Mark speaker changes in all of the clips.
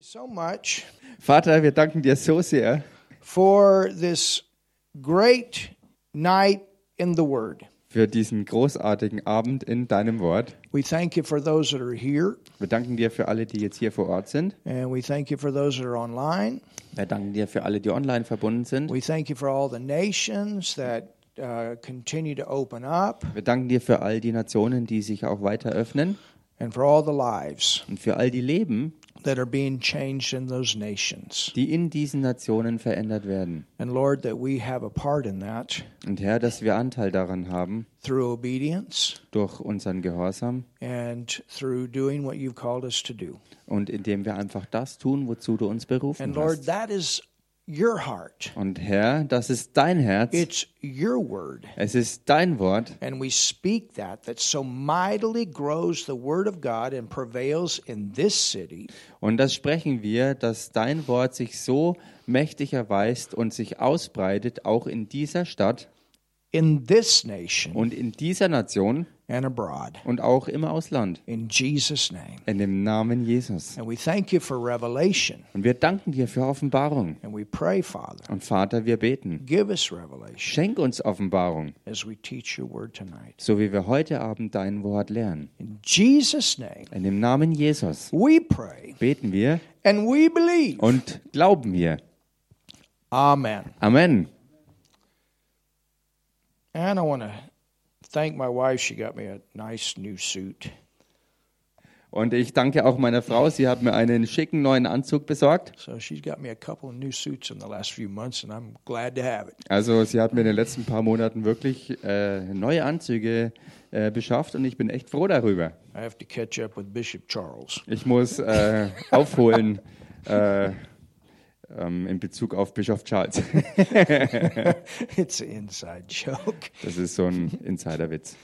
Speaker 1: so much
Speaker 2: Vater, wir danken dir so sehr
Speaker 1: for this great night in the Word.
Speaker 2: für diesen großartigen Abend in deinem Wort.
Speaker 1: We thank you for those that are here,
Speaker 2: Wir danken dir für alle, die jetzt hier vor Ort sind.
Speaker 1: and we thank you for those that are online.
Speaker 2: Wir danken dir für alle, die online verbunden sind.
Speaker 1: We thank you for all the nations that uh, continue to open up,
Speaker 2: Wir danken dir für all die Nationen, die sich auch weiter öffnen
Speaker 1: and for all the lives
Speaker 2: und für all die Leben,
Speaker 1: that are being changed in those nations.
Speaker 2: die in diesen Nationen verändert werden.
Speaker 1: And Lord, that we have a part in that
Speaker 2: Und Herr, dass wir Anteil daran haben,
Speaker 1: through obedience
Speaker 2: durch unseren Gehorsam
Speaker 1: and through doing what you've called us to do.
Speaker 2: und indem wir einfach das tun, wozu du uns berufen
Speaker 1: And Lord,
Speaker 2: hast.
Speaker 1: that is your heart.
Speaker 2: Und Herr, das ist dein Herz,
Speaker 1: It's your word.
Speaker 2: es ist dein Wort
Speaker 1: And we speak that, that so mightily grows the word of God and prevails in this city,
Speaker 2: Und das sprechen wir, dass dein Wort sich so mächtig erweist und sich ausbreitet, auch in dieser Stadt
Speaker 1: in this nation,
Speaker 2: und in dieser Nation
Speaker 1: and abroad.
Speaker 2: und auch im Ausland.
Speaker 1: In Jesus' name.
Speaker 2: In dem Namen Jesus.
Speaker 1: And we thank you for revelation.
Speaker 2: Und wir danken dir für Offenbarung.
Speaker 1: And we pray, Father,
Speaker 2: Und Vater, wir beten.
Speaker 1: give us revelation
Speaker 2: Schenk uns Offenbarung,
Speaker 1: as we teach your word tonight.
Speaker 2: so wie wir heute Abend dein Wort lernen.
Speaker 1: In Jesus' name,
Speaker 2: In dem Namen Jesus
Speaker 1: we pray
Speaker 2: beten wir
Speaker 1: and we believe.
Speaker 2: und glauben wir.
Speaker 1: Amen.
Speaker 2: Amen.
Speaker 1: And I want to thank my wife. She got me a nice new suit.
Speaker 2: Und ich danke auch meiner Frau. Sie hat mir einen schicken neuen Anzug besorgt.
Speaker 1: So she's got me a couple of new suits in the last few months, and I'm glad to have it.
Speaker 2: Also sie hat mir in den letzten paar Monaten wirklich äh, neue Anzüge äh, beschafft und ich bin echt froh darüber.
Speaker 1: I have to catch up with Bishop Charles.
Speaker 2: Ich muss äh, aufholen äh, ähm, in Bezug auf Bischof Charles.
Speaker 1: it's an inside joke.
Speaker 2: Das ist so ein Insiderwitz.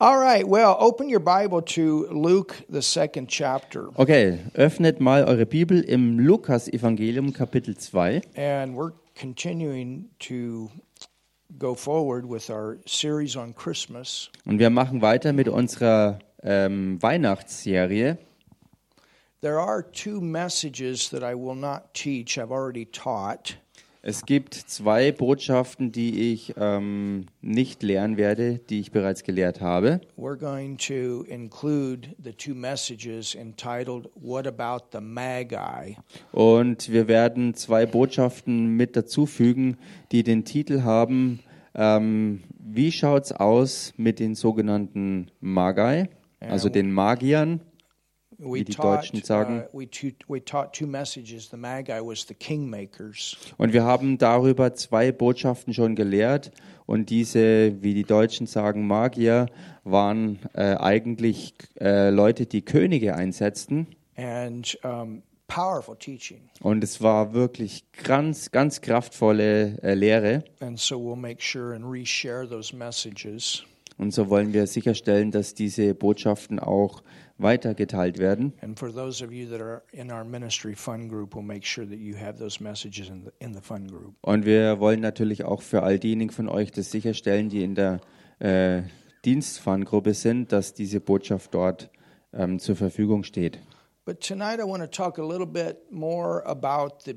Speaker 1: All right, well, open your Bible to Luke, the second chapter,
Speaker 2: Okay, öffnet mal eure Bibel im Lukas-Evangelium Kapitel 2
Speaker 1: and we're continuing to go forward with our series on Christmas.
Speaker 2: und wir machen weiter mit unserer ähm, Weihnachtsserie.
Speaker 1: There are two messages that I will not teach, I've already taught.
Speaker 2: Es gibt zwei Botschaften, die ich ähm, nicht lehren werde, die ich bereits gelehrt habe.
Speaker 1: We're going to include the two messages entitled, What About the Magi?
Speaker 2: Und wir werden zwei Botschaften mit dazufügen, die den Titel haben, ähm, wie schaut's aus mit den sogenannten Magi, also den Magiern.
Speaker 1: We
Speaker 2: die Deutschen sagen.
Speaker 1: uh, we, two, we taught two messages. The Magi was the kingmakers,
Speaker 2: Und wir haben darüber zwei Botschaften schon gelehrt. Und diese, wie die Deutschen sagen, Magier waren äh, eigentlich äh, Leute, die Könige einsetzten.
Speaker 1: and um, powerful teaching.
Speaker 2: Und es war wirklich ganz, ganz kraftvolle äh, Lehre.
Speaker 1: And so we'll make sure and reshare those messages.
Speaker 2: Und so wollen wir sicherstellen, dass diese Botschaften auch weitergeteilt werden.
Speaker 1: And for those of you that are in our ministry fun group, we'll make sure that you have those messages in the, in the fun group.
Speaker 2: Und wir wollen natürlich auch für all diejenigen von euch das sicherstellen, die in der äh, Dienstfahngruppe sind, dass diese Botschaft dort ähm, zur Verfügung steht.
Speaker 1: But tonight I want to talk a little bit more about the,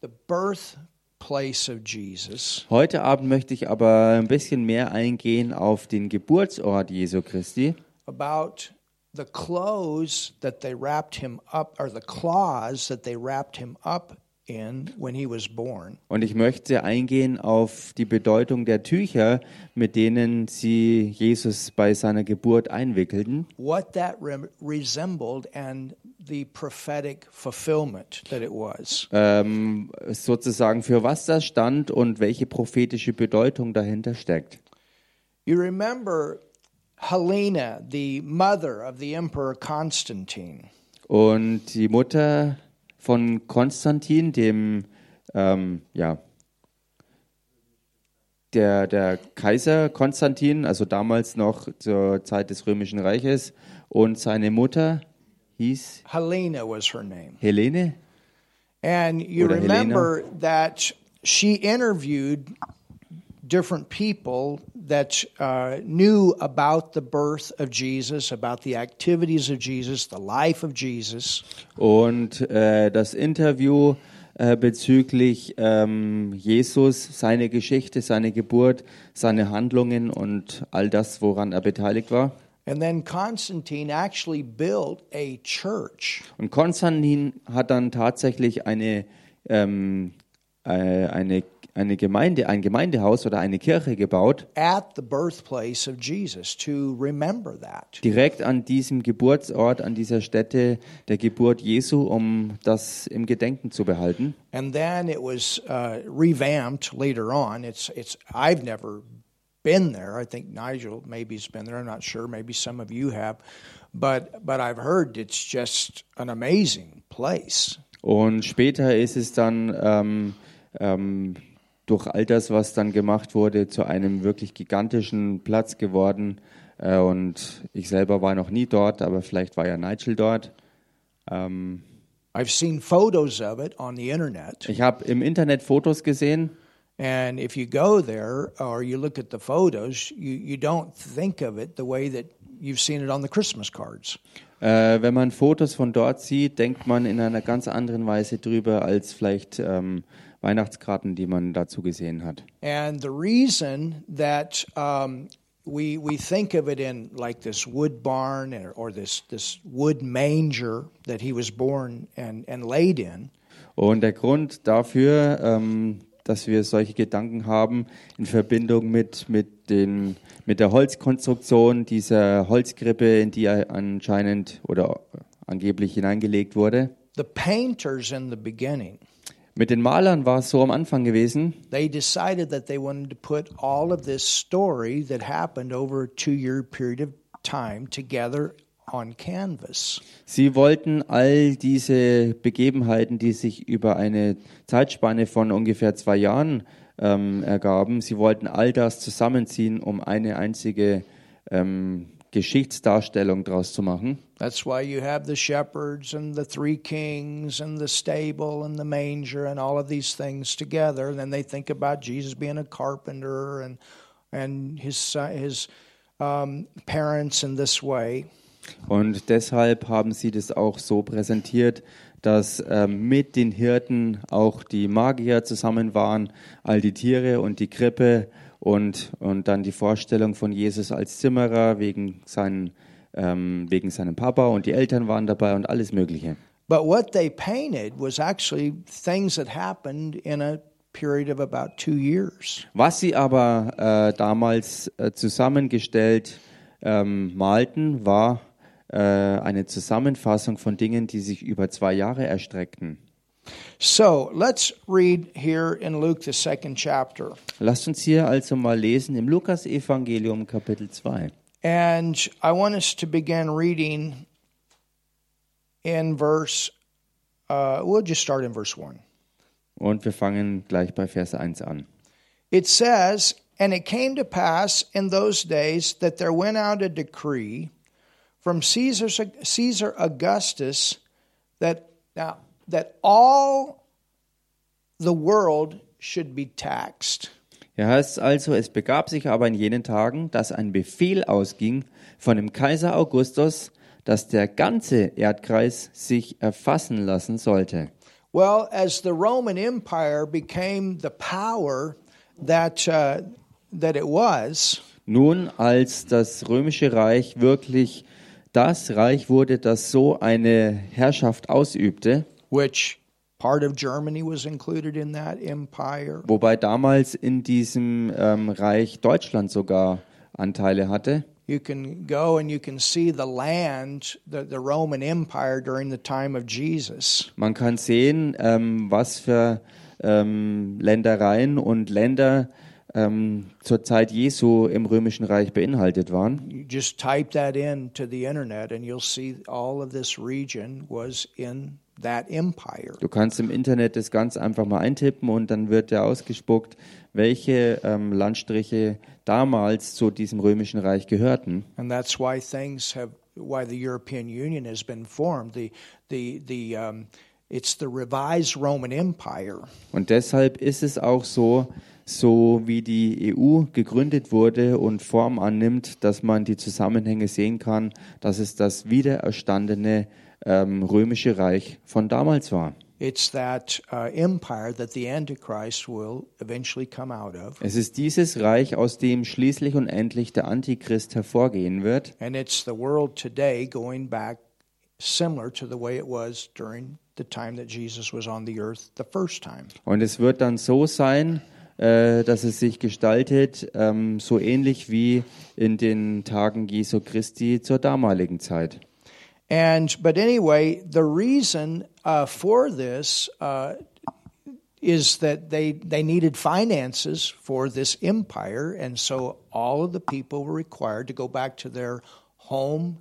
Speaker 1: the birthplace of Jesus.
Speaker 2: Heute Abend möchte ich aber ein bisschen mehr eingehen auf den Geburtsort Jesu Christi
Speaker 1: about the clothes that they wrapped him up, or the cloths that they wrapped him up in when he was born.
Speaker 2: und ich möchte eingehen auf die Bedeutung der Tücher, mit denen sie Jesus bei seiner Geburt einwickelten.
Speaker 1: What that re- resembled and the prophetic fulfillment that it was.
Speaker 2: ähm, sozusagen für was das stand und welche prophetische Bedeutung dahinter steckt.
Speaker 1: You remember Helena, the mother of the Emperor Constantine.
Speaker 2: Und die Mutter von Konstantin, dem, ähm, ja, der, der Kaiser Konstantin, also damals noch zur Zeit des Römischen Reiches, und seine Mutter hieß
Speaker 1: Helena was her name.
Speaker 2: Helene.
Speaker 1: And you
Speaker 2: Oder Helena.
Speaker 1: remember that she interviewed different people that uh, knew about the birth of Jesus, about the activities of Jesus, the life of Jesus.
Speaker 2: Und äh, das Interview äh, bezüglich ähm, Jesus, seine Geschichte, seine Geburt, seine Handlungen und all das, woran er beteiligt war.
Speaker 1: And then Constantine actually built a church.
Speaker 2: Und Konstantin hat dann tatsächlich eine, ähm, äh, eine, eine Gemeinde, ein Gemeindehaus oder eine Kirche gebaut,
Speaker 1: at the birthplace of Jesus to remember that.
Speaker 2: direkt an diesem Geburtsort, an dieser Stätte der Geburt Jesu, um das im Gedenken zu behalten.
Speaker 1: And then it was uh, revamped later on. It's it's I've never been there. I think Nigel maybe's been there. I'm not sure. Maybe some of you have, but but I've heard it's just an amazing place.
Speaker 2: Und später ist es dann ähm, ähm, durch all das, was dann gemacht wurde, zu einem wirklich gigantischen Platz geworden. Äh, und ich selber war noch nie dort, aber vielleicht war ja Nigel dort. Ähm,
Speaker 1: I've seen photos of it on the internet,
Speaker 2: ich habe im Internet Fotos gesehen
Speaker 1: and if you go there or you look at the photos, you you don't think of it the way that you've seen it on the Christmas cards.
Speaker 2: Äh, wenn man Fotos von dort sieht, denkt man in einer ganz anderen Weise drüber als vielleicht ähm, Weihnachtskarten, die man dazu gesehen hat.
Speaker 1: And the reason that um, we we think of it in like this wood barn or, or this this wood manger that he was born and and laid in
Speaker 2: Und der Grund dafür, ähm, dass wir solche Gedanken haben, in Verbindung mit, mit, den, mit der Holzkonstruktion dieser Holzkrippe, in die er anscheinend oder angeblich hineingelegt wurde.
Speaker 1: the painters in the beginning
Speaker 2: Mit den Malern war es so am Anfang gewesen.
Speaker 1: they decided that they wanted to put all of this story that happened over a two year period of time together on canvas
Speaker 2: Sie wollten all diese Begebenheiten, die sich über eine Zeitspanne von ungefähr zwei Jahren ähm, ergaben, sie wollten all das zusammenziehen, um eine einzige ähm, Geschichtsdarstellung daraus zu machen.
Speaker 1: that's why you have the shepherds and the three kings and the stable and the manger and all of these things together. And then they think about Jesus being a carpenter and and his son, his um, parents in this way.
Speaker 2: Und deshalb haben sie das auch so präsentiert, dass ähm, mit den Hirten auch die Magier zusammen waren, all die Tiere und die Krippe und, und dann die Vorstellung von Jesus als Zimmerer wegen, seinen, ähm, wegen seinem Papa und die Eltern waren dabei und alles Mögliche.
Speaker 1: But what they painted was actually things that happened in a period of about two years.
Speaker 2: Was sie aber äh, damals äh, zusammengestellt ähm, malten, war äh, eine Zusammenfassung von Dingen, die sich über zwei Jahre erstreckten.
Speaker 1: So let's read here in Luke the second chapter.
Speaker 2: Lasst uns hier also mal lesen im Lukas-Evangelium, Kapitel 2.
Speaker 1: And I want us to begin reading in verse, uh, we'll just start in verse 1.
Speaker 2: Und wir fangen gleich bei Vers 1 an.
Speaker 1: It says, And it came to pass in those days that there went out a decree from Caesar's, Caesar Augustus that, now, that all the world should be taxed.
Speaker 2: Hier heißt es also, es begab sich aber in jenen Tagen, dass ein Befehl ausging von dem Kaiser Augustus, dass der ganze Erdkreis sich erfassen lassen sollte.
Speaker 1: Well, as the Roman Empire became the power that, uh, that it was,
Speaker 2: Nun, als das römische Reich wirklich das Reich wurde, das so eine Herrschaft ausübte,
Speaker 1: which part of Germany was included in that empire.
Speaker 2: wobei damals in diesem ähm, Reich Deutschland sogar Anteile hatte.
Speaker 1: You can go and you can see the land, the, the Roman Empire during the time of Jesus.
Speaker 2: Man kann sehen, ähm, was für ähm, Ländereien und Länder ähm, zur Zeit Jesu im Römischen Reich beinhaltet waren.
Speaker 1: You just type that in to the internet and you'll see all of this region was in that empire.
Speaker 2: Du kannst im Internet das ganz einfach mal eintippen und dann wird ja ausgespuckt, welche ähm, Landstriche damals zu diesem Römischen Reich gehörten.
Speaker 1: And that's why things have why the European Union has been formed. The the the um, it's the revised Roman Empire.
Speaker 2: Und deshalb ist es auch so, so wie die EU gegründet wurde und Form annimmt, dass man die Zusammenhänge sehen kann, dass es das wiedererstandene ähm, römische Reich von damals war.
Speaker 1: It's that uh, empire that the Antichrist will eventually come out of.
Speaker 2: Es ist dieses Reich, aus dem schließlich und endlich der Antichrist hervorgehen wird.
Speaker 1: And it's the world today going back similar to the way it was during the time that Jesus was on the earth the first time.
Speaker 2: Und es wird dann so sein, äh, dass es sich gestaltet, ähm, so ähnlich wie in den Tagen Jesu Christi zur damaligen Zeit.
Speaker 1: And but anyway, the reason uh, for this uh, is that they they needed finances for this empire, and so all of the people were required to go back to their home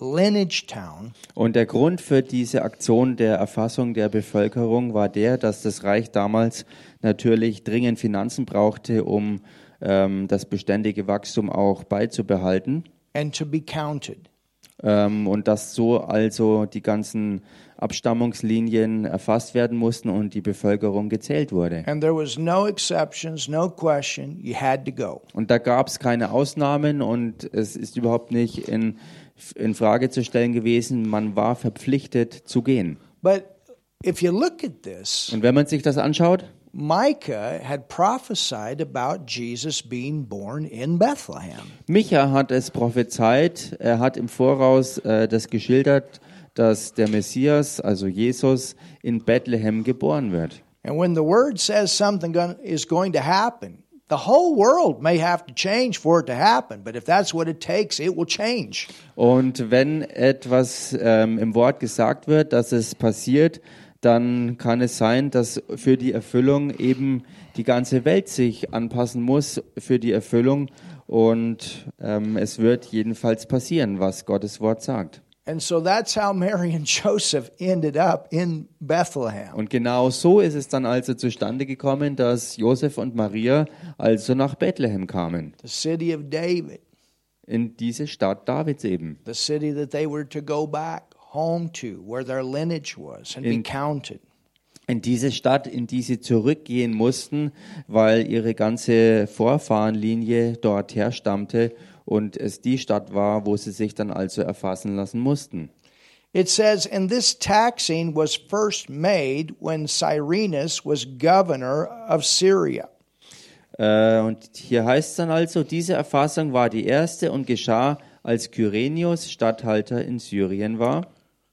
Speaker 1: lineage town.
Speaker 2: Und der Grund für diese Aktion der Erfassung der Bevölkerung war der, dass das Reich damals natürlich dringend Finanzen brauchte, um ähm, das beständige Wachstum auch beizubehalten.
Speaker 1: and to be counted.
Speaker 2: Ähm, und dass so also die ganzen Abstammungslinien erfasst werden mussten und die Bevölkerung gezählt wurde.
Speaker 1: And there was no exceptions, no question. You had to go.
Speaker 2: Und da gab es keine Ausnahmen und es ist überhaupt nicht in, in Frage zu stellen gewesen, man war verpflichtet zu gehen.
Speaker 1: But if you look at this,
Speaker 2: Und wenn man sich das anschaut,
Speaker 1: Micah had prophesied about Jesus being born in Bethlehem.
Speaker 2: Micha hat es prophezeit, er hat im Voraus äh, das geschildert, dass der Messias, also Jesus, in Bethlehem geboren wird.
Speaker 1: And when the word says something gon- is going to happen, the whole world may have to change for it to happen. But if that's what it takes, it will change.
Speaker 2: Und wenn etwas ähm, im Wort gesagt wird, dass es passiert, dann kann es sein, dass für die Erfüllung eben die ganze Welt sich anpassen muss für die Erfüllung. Und ähm, es wird jedenfalls passieren, was Gottes Wort sagt.
Speaker 1: And so that's how Mary and Joseph ended up in Bethlehem.
Speaker 2: Und genau so ist es dann also zustande gekommen, dass Josef und Maria also nach Bethlehem kamen,
Speaker 1: the city of David,
Speaker 2: in diese Stadt Davids eben.
Speaker 1: the city that they were to go back home to, where their lineage was, and be
Speaker 2: In-
Speaker 1: counted.
Speaker 2: in diese Stadt, in die sie zurückgehen mussten, weil ihre ganze Vorfahrenlinie dort herstammte und es die Stadt war, wo sie sich dann also erfassen lassen mussten.
Speaker 1: It says, and this taxing was first made when Cyrenius was governor of Syria.
Speaker 2: Äh, und hier heißt es dann also, diese Erfassung war die erste und geschah, als Kyrenius Statthalter in Syrien war.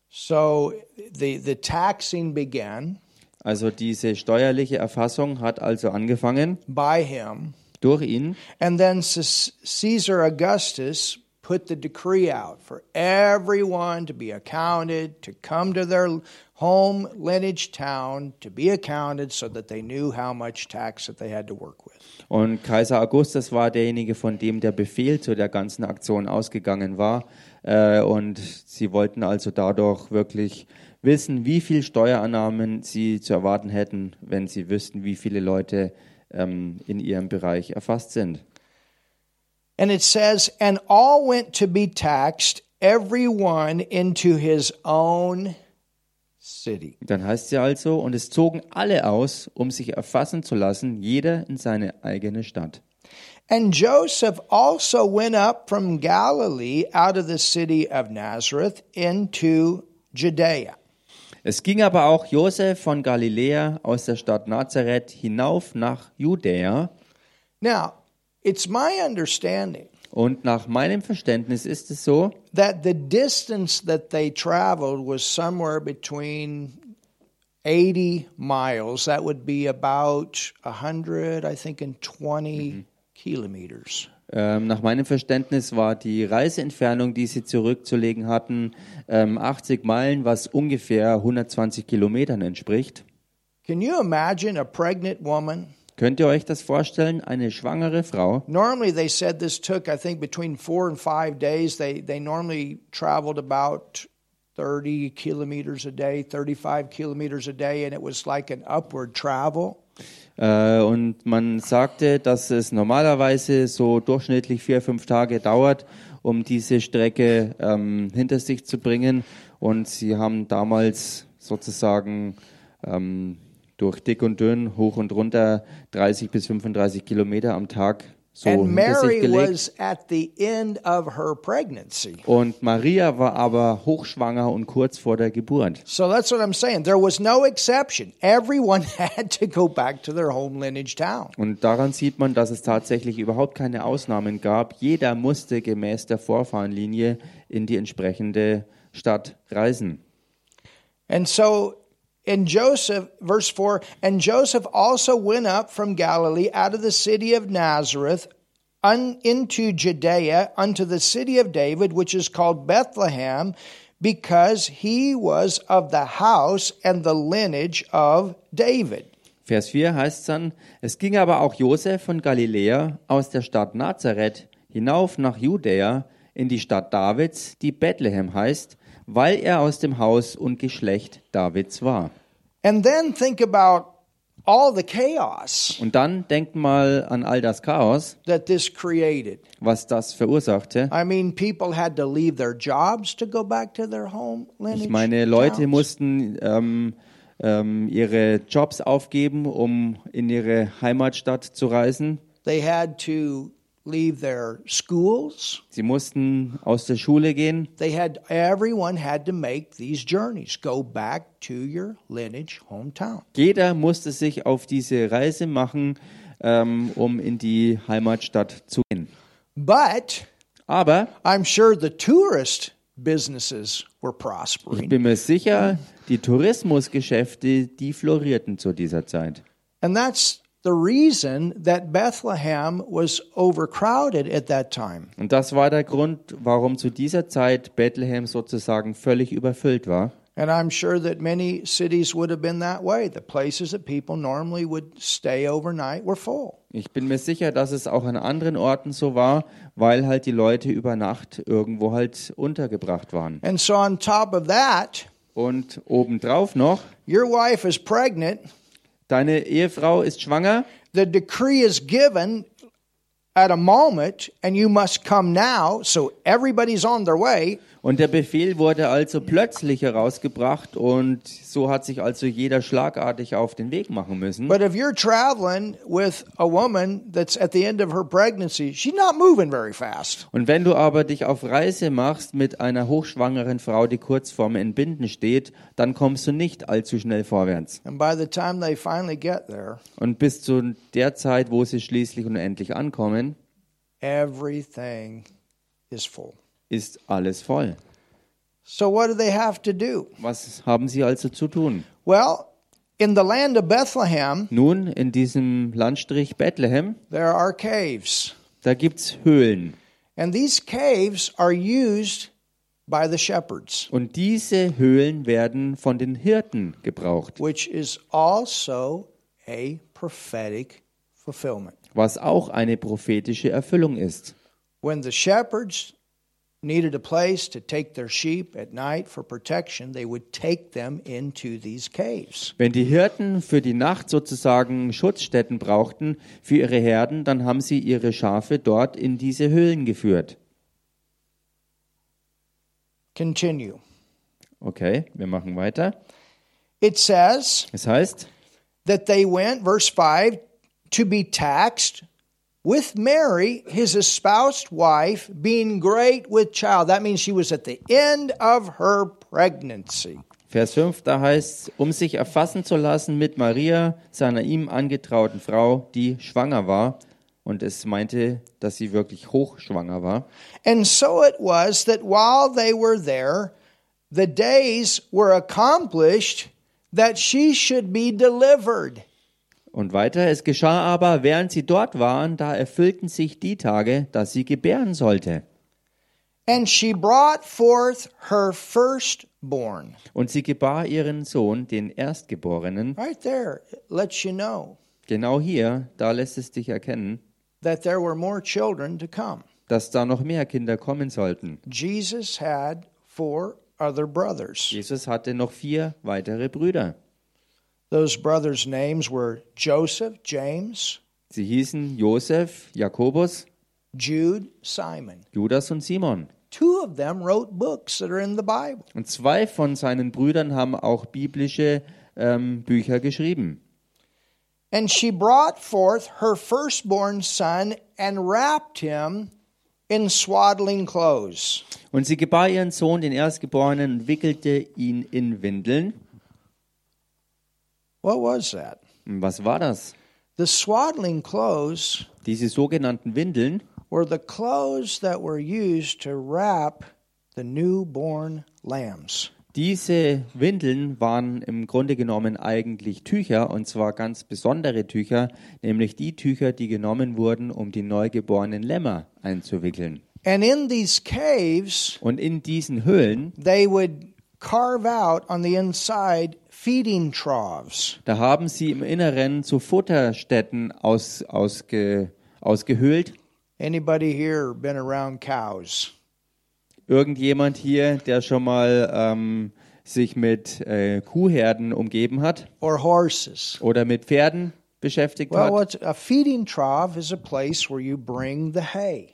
Speaker 1: So the, the taxing began
Speaker 2: Also diese steuerliche Erfassung hat also angefangen
Speaker 1: by him.
Speaker 2: durch ihn.
Speaker 1: And then Ce- Caesar Augustus put the decree out for everyone to be accounted, to come to their home lineage town, to be accounted so that they knew how much tax that they had to work with.
Speaker 2: Und Kaiser Augustus war derjenige, von dem der Befehl zu der ganzen Aktion ausgegangen war. Äh, und sie wollten also dadurch wirklich wissen, wie viel Steuerannahmen sie zu erwarten hätten, wenn sie wüssten, wie viele Leute ähm, in ihrem Bereich erfasst sind.
Speaker 1: And it says, and all went to be taxed, everyone into his own city.
Speaker 2: Dann heißt sie also, und es zogen alle aus, um sich erfassen zu lassen, jeder in seine eigene Stadt.
Speaker 1: And Joseph also went up from Galilee out of the city of Nazareth into Judea.
Speaker 2: Es ging aber auch Josef von Galiläa aus der Stadt Nazareth hinauf nach Judäa,
Speaker 1: Now, it's my understanding
Speaker 2: Und nach meinem Verständnis ist es so,
Speaker 1: that the distance that they traveled was somewhere between 80 miles. That would be about 100, I think, and 20 kilometers.
Speaker 2: ähm, nach meinem Verständnis war die Reiseentfernung, die sie zurückzulegen hatten, ähm, 80 Meilen, was ungefähr 120 Kilometern entspricht.
Speaker 1: Can you imagine a pregnant woman?
Speaker 2: Könnt ihr euch das vorstellen? Eine schwangere Frau.
Speaker 1: Normally, they said this took, I think, between four and five days. They, they normally traveled about 30 kilometers a day, 35 kilometers a day, and it was like an upward travel.
Speaker 2: Äh, und man sagte, dass es normalerweise so durchschnittlich vier, fünf Tage dauert, um diese Strecke ähm, hinter sich zu bringen. Und sie haben damals sozusagen ähm, durch dick und dünn, hoch und runter, 30 bis 35 Kilometer am Tag so
Speaker 1: and
Speaker 2: hinter sich
Speaker 1: Mary
Speaker 2: gelegt.
Speaker 1: was at the end of her pregnancy.
Speaker 2: Und Maria war aber hochschwanger und kurz vor der Geburt.
Speaker 1: So that's what I'm saying. There was no exception. Everyone had to go back to their home lineage town.
Speaker 2: Und daran sieht man, dass es tatsächlich überhaupt keine Ausnahmen gab. Jeder musste gemäß der Vorfahrenlinie in die entsprechende Stadt reisen.
Speaker 1: And so in Joseph, verse 4, and Joseph also went up from Galilee out of the city of Nazareth un, into Judea unto the city of David, which is called Bethlehem, because he was of the house and the lineage of David.
Speaker 2: Vers 4 heißt es dann, es ging aber auch Josef von Galiläa aus der Stadt Nazareth hinauf nach Judäa in die Stadt Davids, die Bethlehem heißt, weil er aus dem Haus und Geschlecht Davids war.
Speaker 1: And then think about all the chaos
Speaker 2: Und dann denkt mal an all das Chaos,
Speaker 1: that this created.
Speaker 2: was das verursachte.
Speaker 1: I mean, people had to leave their jobs to go back to their home lineage.
Speaker 2: Ich meine, Leute
Speaker 1: towns.
Speaker 2: mussten ähm, ähm, ihre Jobs aufgeben, um in ihre Heimatstadt zu reisen.
Speaker 1: They had to leave their schools.
Speaker 2: Sie mussten aus der Schule gehen.
Speaker 1: They had everyone had to make these journeys. Go back to your lineage hometown.
Speaker 2: Jeder musste sich auf diese Reise machen, ähm, um in die Heimatstadt zu gehen.
Speaker 1: But
Speaker 2: Aber
Speaker 1: I'm sure the tourist businesses were
Speaker 2: ich
Speaker 1: prospering.
Speaker 2: bin mir sicher, die Tourismusgeschäfte, die florierten zu dieser Zeit.
Speaker 1: And that's the reason that Bethlehem was overcrowded at that time.
Speaker 2: Und das war der Grund, warum zu dieser Zeit Bethlehem sozusagen völlig überfüllt war.
Speaker 1: And I'm sure that many cities would have been that way. The places that people normally would stay overnight were full.
Speaker 2: Ich bin mir sicher, dass es auch an anderen Orten so war, weil halt die Leute über Nacht irgendwo halt untergebracht waren.
Speaker 1: And so, on top of that,
Speaker 2: Und obendrauf noch,
Speaker 1: your wife is pregnant.
Speaker 2: deine Ehefrau ist schwanger,
Speaker 1: The decree is given at a moment, and you must come now. So, everybody's on their way.
Speaker 2: Und der Befehl wurde also plötzlich herausgebracht und so hat sich also jeder schlagartig auf den Weg machen müssen.
Speaker 1: But if you're traveling with a woman that's at the end of her pregnancy, she's not moving very fast.
Speaker 2: Und wenn du aber dich auf Reise machst mit einer hochschwangeren Frau, die kurz vorm Entbinden steht, dann kommst du nicht allzu schnell vorwärts.
Speaker 1: And by the time they finally get there,
Speaker 2: Und bis zu der Zeit, wo sie schließlich und endlich ankommen,
Speaker 1: everything is full.
Speaker 2: ist alles voll.
Speaker 1: So, what do they have to do?
Speaker 2: Was haben sie also zu tun?
Speaker 1: Well, in the land of Bethlehem,
Speaker 2: Nun, in diesem Landstrich Bethlehem,
Speaker 1: there are caves.
Speaker 2: da gibt's Höhlen.
Speaker 1: And these caves are used by the shepherds,
Speaker 2: Und diese Höhlen werden von den Hirten gebraucht.
Speaker 1: which is also a prophetic fulfillment.
Speaker 2: was auch eine prophetische Erfüllung ist.
Speaker 1: When the shepherds needed a place to take their sheep at night for protection, they would take them into these caves.
Speaker 2: Wenn die Hirten für die Nacht sozusagen Schutzstätten brauchten für ihre Herden, dann haben sie ihre Schafe dort in diese Höhlen geführt.
Speaker 1: Continue.
Speaker 2: Okay, wir machen weiter.
Speaker 1: It says
Speaker 2: Es heißt,
Speaker 1: that they went, verse 5, to be taxed with Mary, his espoused wife, being great with child. That means she was at the end of her pregnancy.
Speaker 2: Vers 5, da heißt es, um sich erfassen zu lassen mit Maria, seiner ihm angetrauten Frau, die schwanger war. Und es meinte, dass sie wirklich hochschwanger war.
Speaker 1: And so it was that while they were there, the days were accomplished that she should be delivered.
Speaker 2: Und weiter, es geschah aber, während sie dort waren, da erfüllten sich die Tage, dass sie gebären sollte.
Speaker 1: And she brought forth her firstborn.
Speaker 2: Und sie gebar ihren Sohn, den Erstgeborenen.
Speaker 1: Right there, it lets you know
Speaker 2: Genau hier, da lässt es dich erkennen,
Speaker 1: that there were more children to come.
Speaker 2: dass da noch mehr Kinder kommen sollten.
Speaker 1: Jesus had four other brothers.
Speaker 2: Jesus hatte noch vier weitere Brüder.
Speaker 1: Those brothers' names were Joseph, James,
Speaker 2: Sie hießen Josef, Jakobus,
Speaker 1: Jude, Simon.
Speaker 2: Judas und Simon.
Speaker 1: Two of them wrote books that are in the Bible.
Speaker 2: Und zwei von seinen Brüdern haben auch biblische ähm, Bücher geschrieben.
Speaker 1: And she brought forth her firstborn son and wrapped him in swaddling clothes
Speaker 2: Und sie gebar ihren Sohn, den Erstgeborenen, und wickelte ihn in Windeln.
Speaker 1: What was that?
Speaker 2: Und Was war das?
Speaker 1: The swaddling clothes
Speaker 2: Diese sogenannten Windeln
Speaker 1: were the clothes that were used to wrap the newborn lambs.
Speaker 2: Diese Windeln waren im Grunde genommen eigentlich Tücher, und zwar ganz besondere Tücher, nämlich die Tücher, die genommen wurden, um die neugeborenen Lämmer einzuwickeln.
Speaker 1: And in these caves,
Speaker 2: Und in diesen Höhlen,
Speaker 1: they would carve out on the inside feeding troughs.
Speaker 2: da haben sie im Inneren zu Futterstätten aus, ausge, ausgehöhlt.
Speaker 1: Anybody here been around cows?
Speaker 2: Irgendjemand hier, der schon mal ähm, sich mit äh, Kuhherden umgeben hat
Speaker 1: or horses.
Speaker 2: oder mit Pferden beschäftigt
Speaker 1: Well,
Speaker 2: hat.
Speaker 1: what's, a feeding trough is a place where you bring the hay.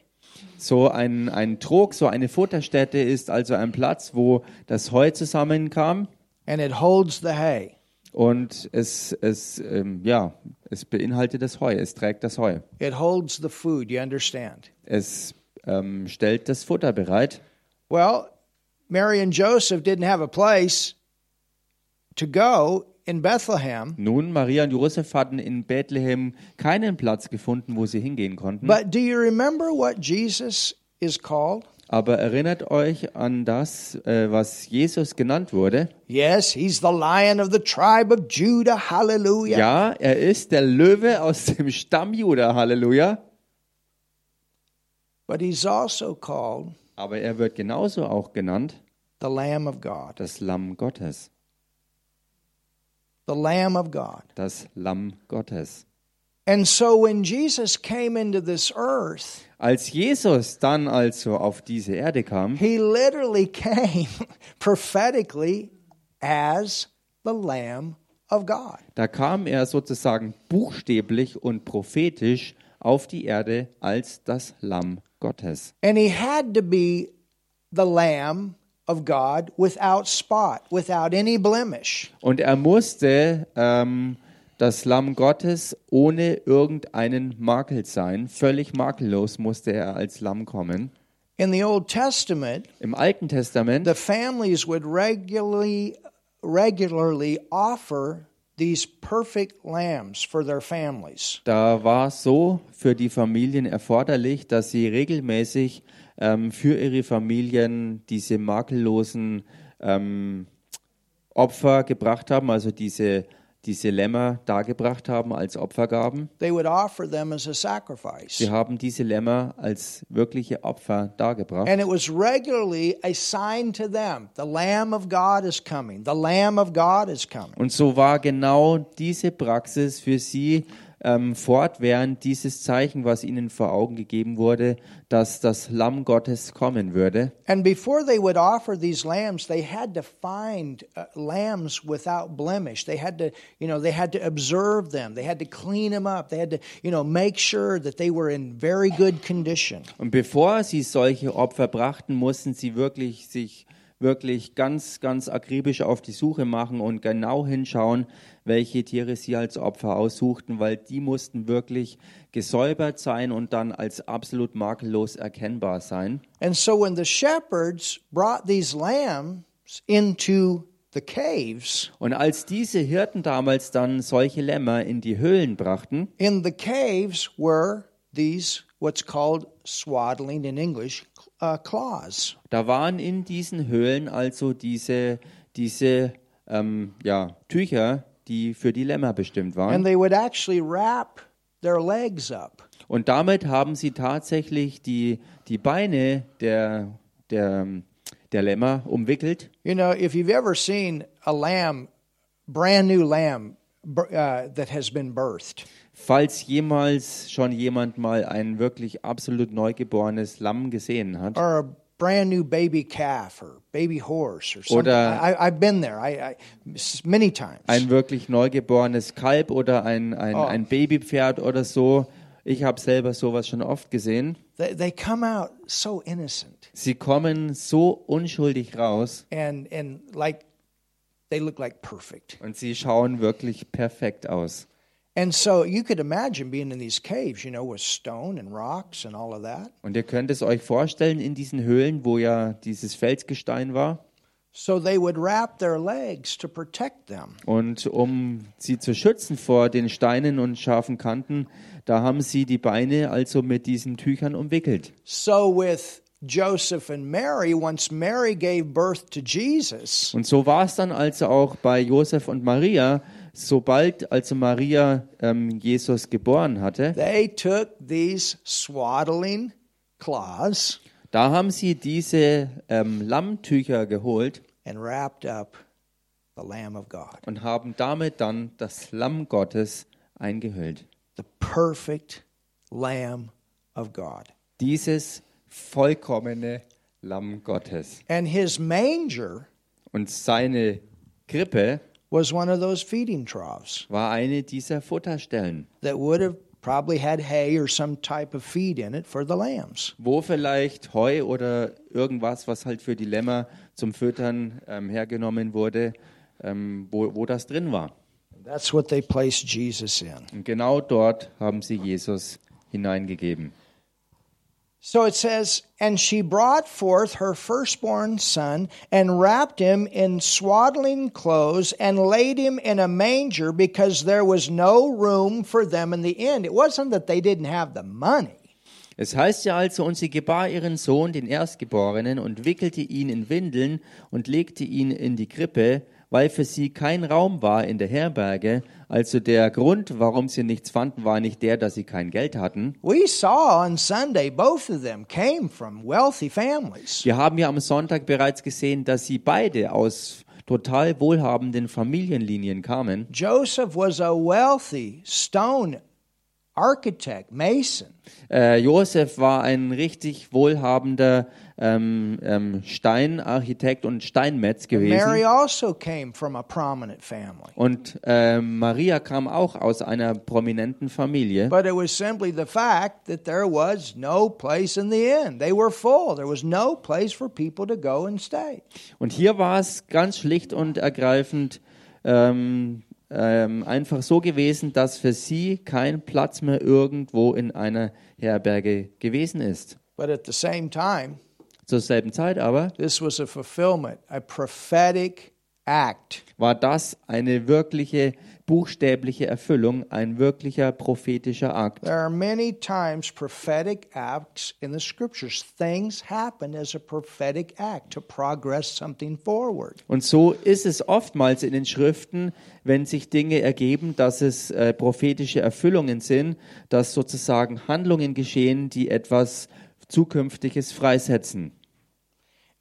Speaker 2: So ein, ein Trog, so eine Futterstätte ist also ein Platz, wo das Heu zusammenkam
Speaker 1: And it holds the hay.
Speaker 2: und es, es, ähm, ja, es beinhaltet das Heu, es trägt das Heu.
Speaker 1: It holds the food, you understand?
Speaker 2: Es ähm, stellt das Futter bereit.
Speaker 1: Well, Mary and Joseph didn't have a place to go in Bethlehem.
Speaker 2: Nun, Maria und Josef hatten in Bethlehem keinen Platz gefunden, wo sie hingehen konnten.
Speaker 1: But do you remember what Jesus is called?
Speaker 2: Aber erinnert euch an das, äh, was Jesus genannt wurde.
Speaker 1: Yes, he's the lion of the tribe of Judah. Hallelujah.
Speaker 2: Ja, er ist der Löwe aus dem Stamm Juda, Halleluja.
Speaker 1: But he's also called
Speaker 2: Aber er wird genauso auch genannt,
Speaker 1: the Lamb of God.
Speaker 2: das Lamm Gottes.
Speaker 1: The Lamb of God.
Speaker 2: das Lamm Gottes.
Speaker 1: And so when Jesus came into this earth,
Speaker 2: Als Jesus dann also auf diese Erde kam,
Speaker 1: He literally came prophetically as the Lamb of God.
Speaker 2: da kam er sozusagen buchstäblich und prophetisch auf die Erde als das Lamm Gottes.
Speaker 1: And he had to be the Lamb of God without spot, without any blemish.
Speaker 2: Und er musste ähm, das Lamm Gottes ohne irgendeinen Makel sein. Völlig makellos musste er als Lamm kommen.
Speaker 1: In the Old Testament,
Speaker 2: Im Alten Testament
Speaker 1: the families would regularly regularly offer these perfect lambs for their families.
Speaker 2: Da war so für die Familien erforderlich, dass sie regelmäßig ähm, für ihre Familien diese makellosen ähm, Opfer gebracht haben, also diese, diese Lämmer dargebracht haben als Opfergaben.
Speaker 1: They would offer them as a sacrifice.
Speaker 2: Sie haben diese Lämmer als wirkliche Opfer dargebracht.
Speaker 1: And it was regularly a sign to them the Lamb of God is coming, the Lamb of God is coming.
Speaker 2: Und so war genau diese Praxis für sie ähm, fortwährend dieses Zeichen, was ihnen vor Augen gegeben wurde, dass das Lamm Gottes kommen würde.
Speaker 1: And before they would offer these lambs, they had to find uh, lambs without blemish. They had to, you know, they had to observe them, they had to clean them up, they had to, you know, make sure that they were in very good condition.
Speaker 2: Und bevor sie solche Opfer brachten, mussten sie wirklich sich wirklich ganz, ganz akribisch auf die Suche machen und genau hinschauen, welche Tiere sie als Opfer aussuchten, weil die mussten wirklich gesäubert sein und dann als absolut makellos erkennbar sein.
Speaker 1: And so when the shepherds brought these lambs into the caves,
Speaker 2: Und als diese Hirten damals dann solche Lämmer in die Höhlen brachten,
Speaker 1: in the caves were these what's called swaddling in English uh, claws.
Speaker 2: da waren in diesen Höhlen also diese, diese ähm, ja, Tücher, die für die Lämmer bestimmt waren.
Speaker 1: And they would actually wrap their legs up.
Speaker 2: Und damit haben sie tatsächlich die, die Beine der, der, der Lämmer umwickelt.
Speaker 1: You know, if you've ever seen a lamb, brand new lamb br- uh, that has been birthed,
Speaker 2: Falls jemals schon jemand mal ein wirklich absolut neugeborenes Lamm gesehen hat.
Speaker 1: or a brand new baby calf or baby horse or something,
Speaker 2: Oder-
Speaker 1: I, I've been there I, I, many times.
Speaker 2: Ein wirklich neugeborenes Kalb oder ein, ein, ein Babypferd oder so. Ich habe selber sowas schon oft gesehen.
Speaker 1: they, they come out so innocent
Speaker 2: Sie kommen so unschuldig raus
Speaker 1: and and like they look like perfect.
Speaker 2: und sie schauen wirklich perfekt aus.
Speaker 1: And so you could imagine being in these caves, you know, with stone and rocks and all of that.
Speaker 2: Und ihr könnt es euch vorstellen, in diesen Höhlen, wo ja dieses Felsgestein war.
Speaker 1: So they would wrap their legs to protect them.
Speaker 2: Und um sie zu schützen vor den Steinen und scharfen Kanten, da haben sie die Beine also mit diesen Tüchern umwickelt.
Speaker 1: So with Joseph and Mary, once Mary gave birth to Jesus,
Speaker 2: Und so war es dann also auch bei Josef und Maria. Sobald also Maria ähm, Jesus geboren hatte,
Speaker 1: they took these swaddling cloths
Speaker 2: da haben sie diese ähm, Lammtücher geholt
Speaker 1: and wrapped up the Lamb of God,
Speaker 2: und haben damit dann das Lamm Gottes eingehüllt.
Speaker 1: the perfect Lamb of God.
Speaker 2: Dieses vollkommene Lamm Gottes.
Speaker 1: And his manger
Speaker 2: Und seine Krippe
Speaker 1: was one of those feeding troughs
Speaker 2: war eine dieser Futterstellen,
Speaker 1: that would have probably had hay or some type of feed in it for the lambs.
Speaker 2: wo vielleicht Heu oder irgendwas, was halt für die Lämmer zum Füttern ähm, hergenommen wurde, ähm, wo, wo das drin war.
Speaker 1: That's what they placed Jesus in.
Speaker 2: Und genau dort haben sie Jesus hineingegeben.
Speaker 1: So it says, And she brought forth her firstborn son, and wrapped him in swaddling clothes, and laid him in a manger, because there was no room for them in the inn. It wasn't that they didn't have the money,
Speaker 2: Es heißt ja also, und sie gebar ihren Sohn, den Erstgeborenen, und wickelte ihn in Windeln und legte ihn in die Krippe, weil für sie kein Raum war in der Herberge. Also der Grund, warum sie nichts fanden, war nicht der, dass sie kein Geld hatten.
Speaker 1: We saw on Sunday both of them came from wealthy families.
Speaker 2: Wir haben ja am Sonntag bereits gesehen, dass sie beide aus total wohlhabenden Familienlinien kamen.
Speaker 1: Joseph was a wealthy stone architect, mason.
Speaker 2: Äh, Josef war ein richtig wohlhabender ähm, ähm, Steinarchitekt und Steinmetz
Speaker 1: Mary
Speaker 2: gewesen.
Speaker 1: also came from a prominent family.
Speaker 2: Und ähm, Maria kam auch aus einer prominenten Familie.
Speaker 1: But it was simply the fact that there was no place in the inn. They were full. There was no place for people to go and stay.
Speaker 2: Und hier war es ganz schlicht und ergreifend ähm, ähm, einfach so gewesen, dass für sie kein Platz mehr irgendwo in einer Herberge gewesen ist.
Speaker 1: But at the same time,
Speaker 2: Zur selben Zeit aber
Speaker 1: this was a fulfillment, a prophetic act.
Speaker 2: war das eine wirkliche buchstäbliche Erfüllung, ein wirklicher prophetischer Akt.
Speaker 1: There are many times prophetic acts in the scriptures. Things happen as a prophetic act to progress something forward.
Speaker 2: Und so ist es oftmals in den Schriften, wenn sich Dinge ergeben, dass es äh, prophetische Erfüllungen sind, dass sozusagen Handlungen geschehen, die etwas Zukünftiges freisetzen.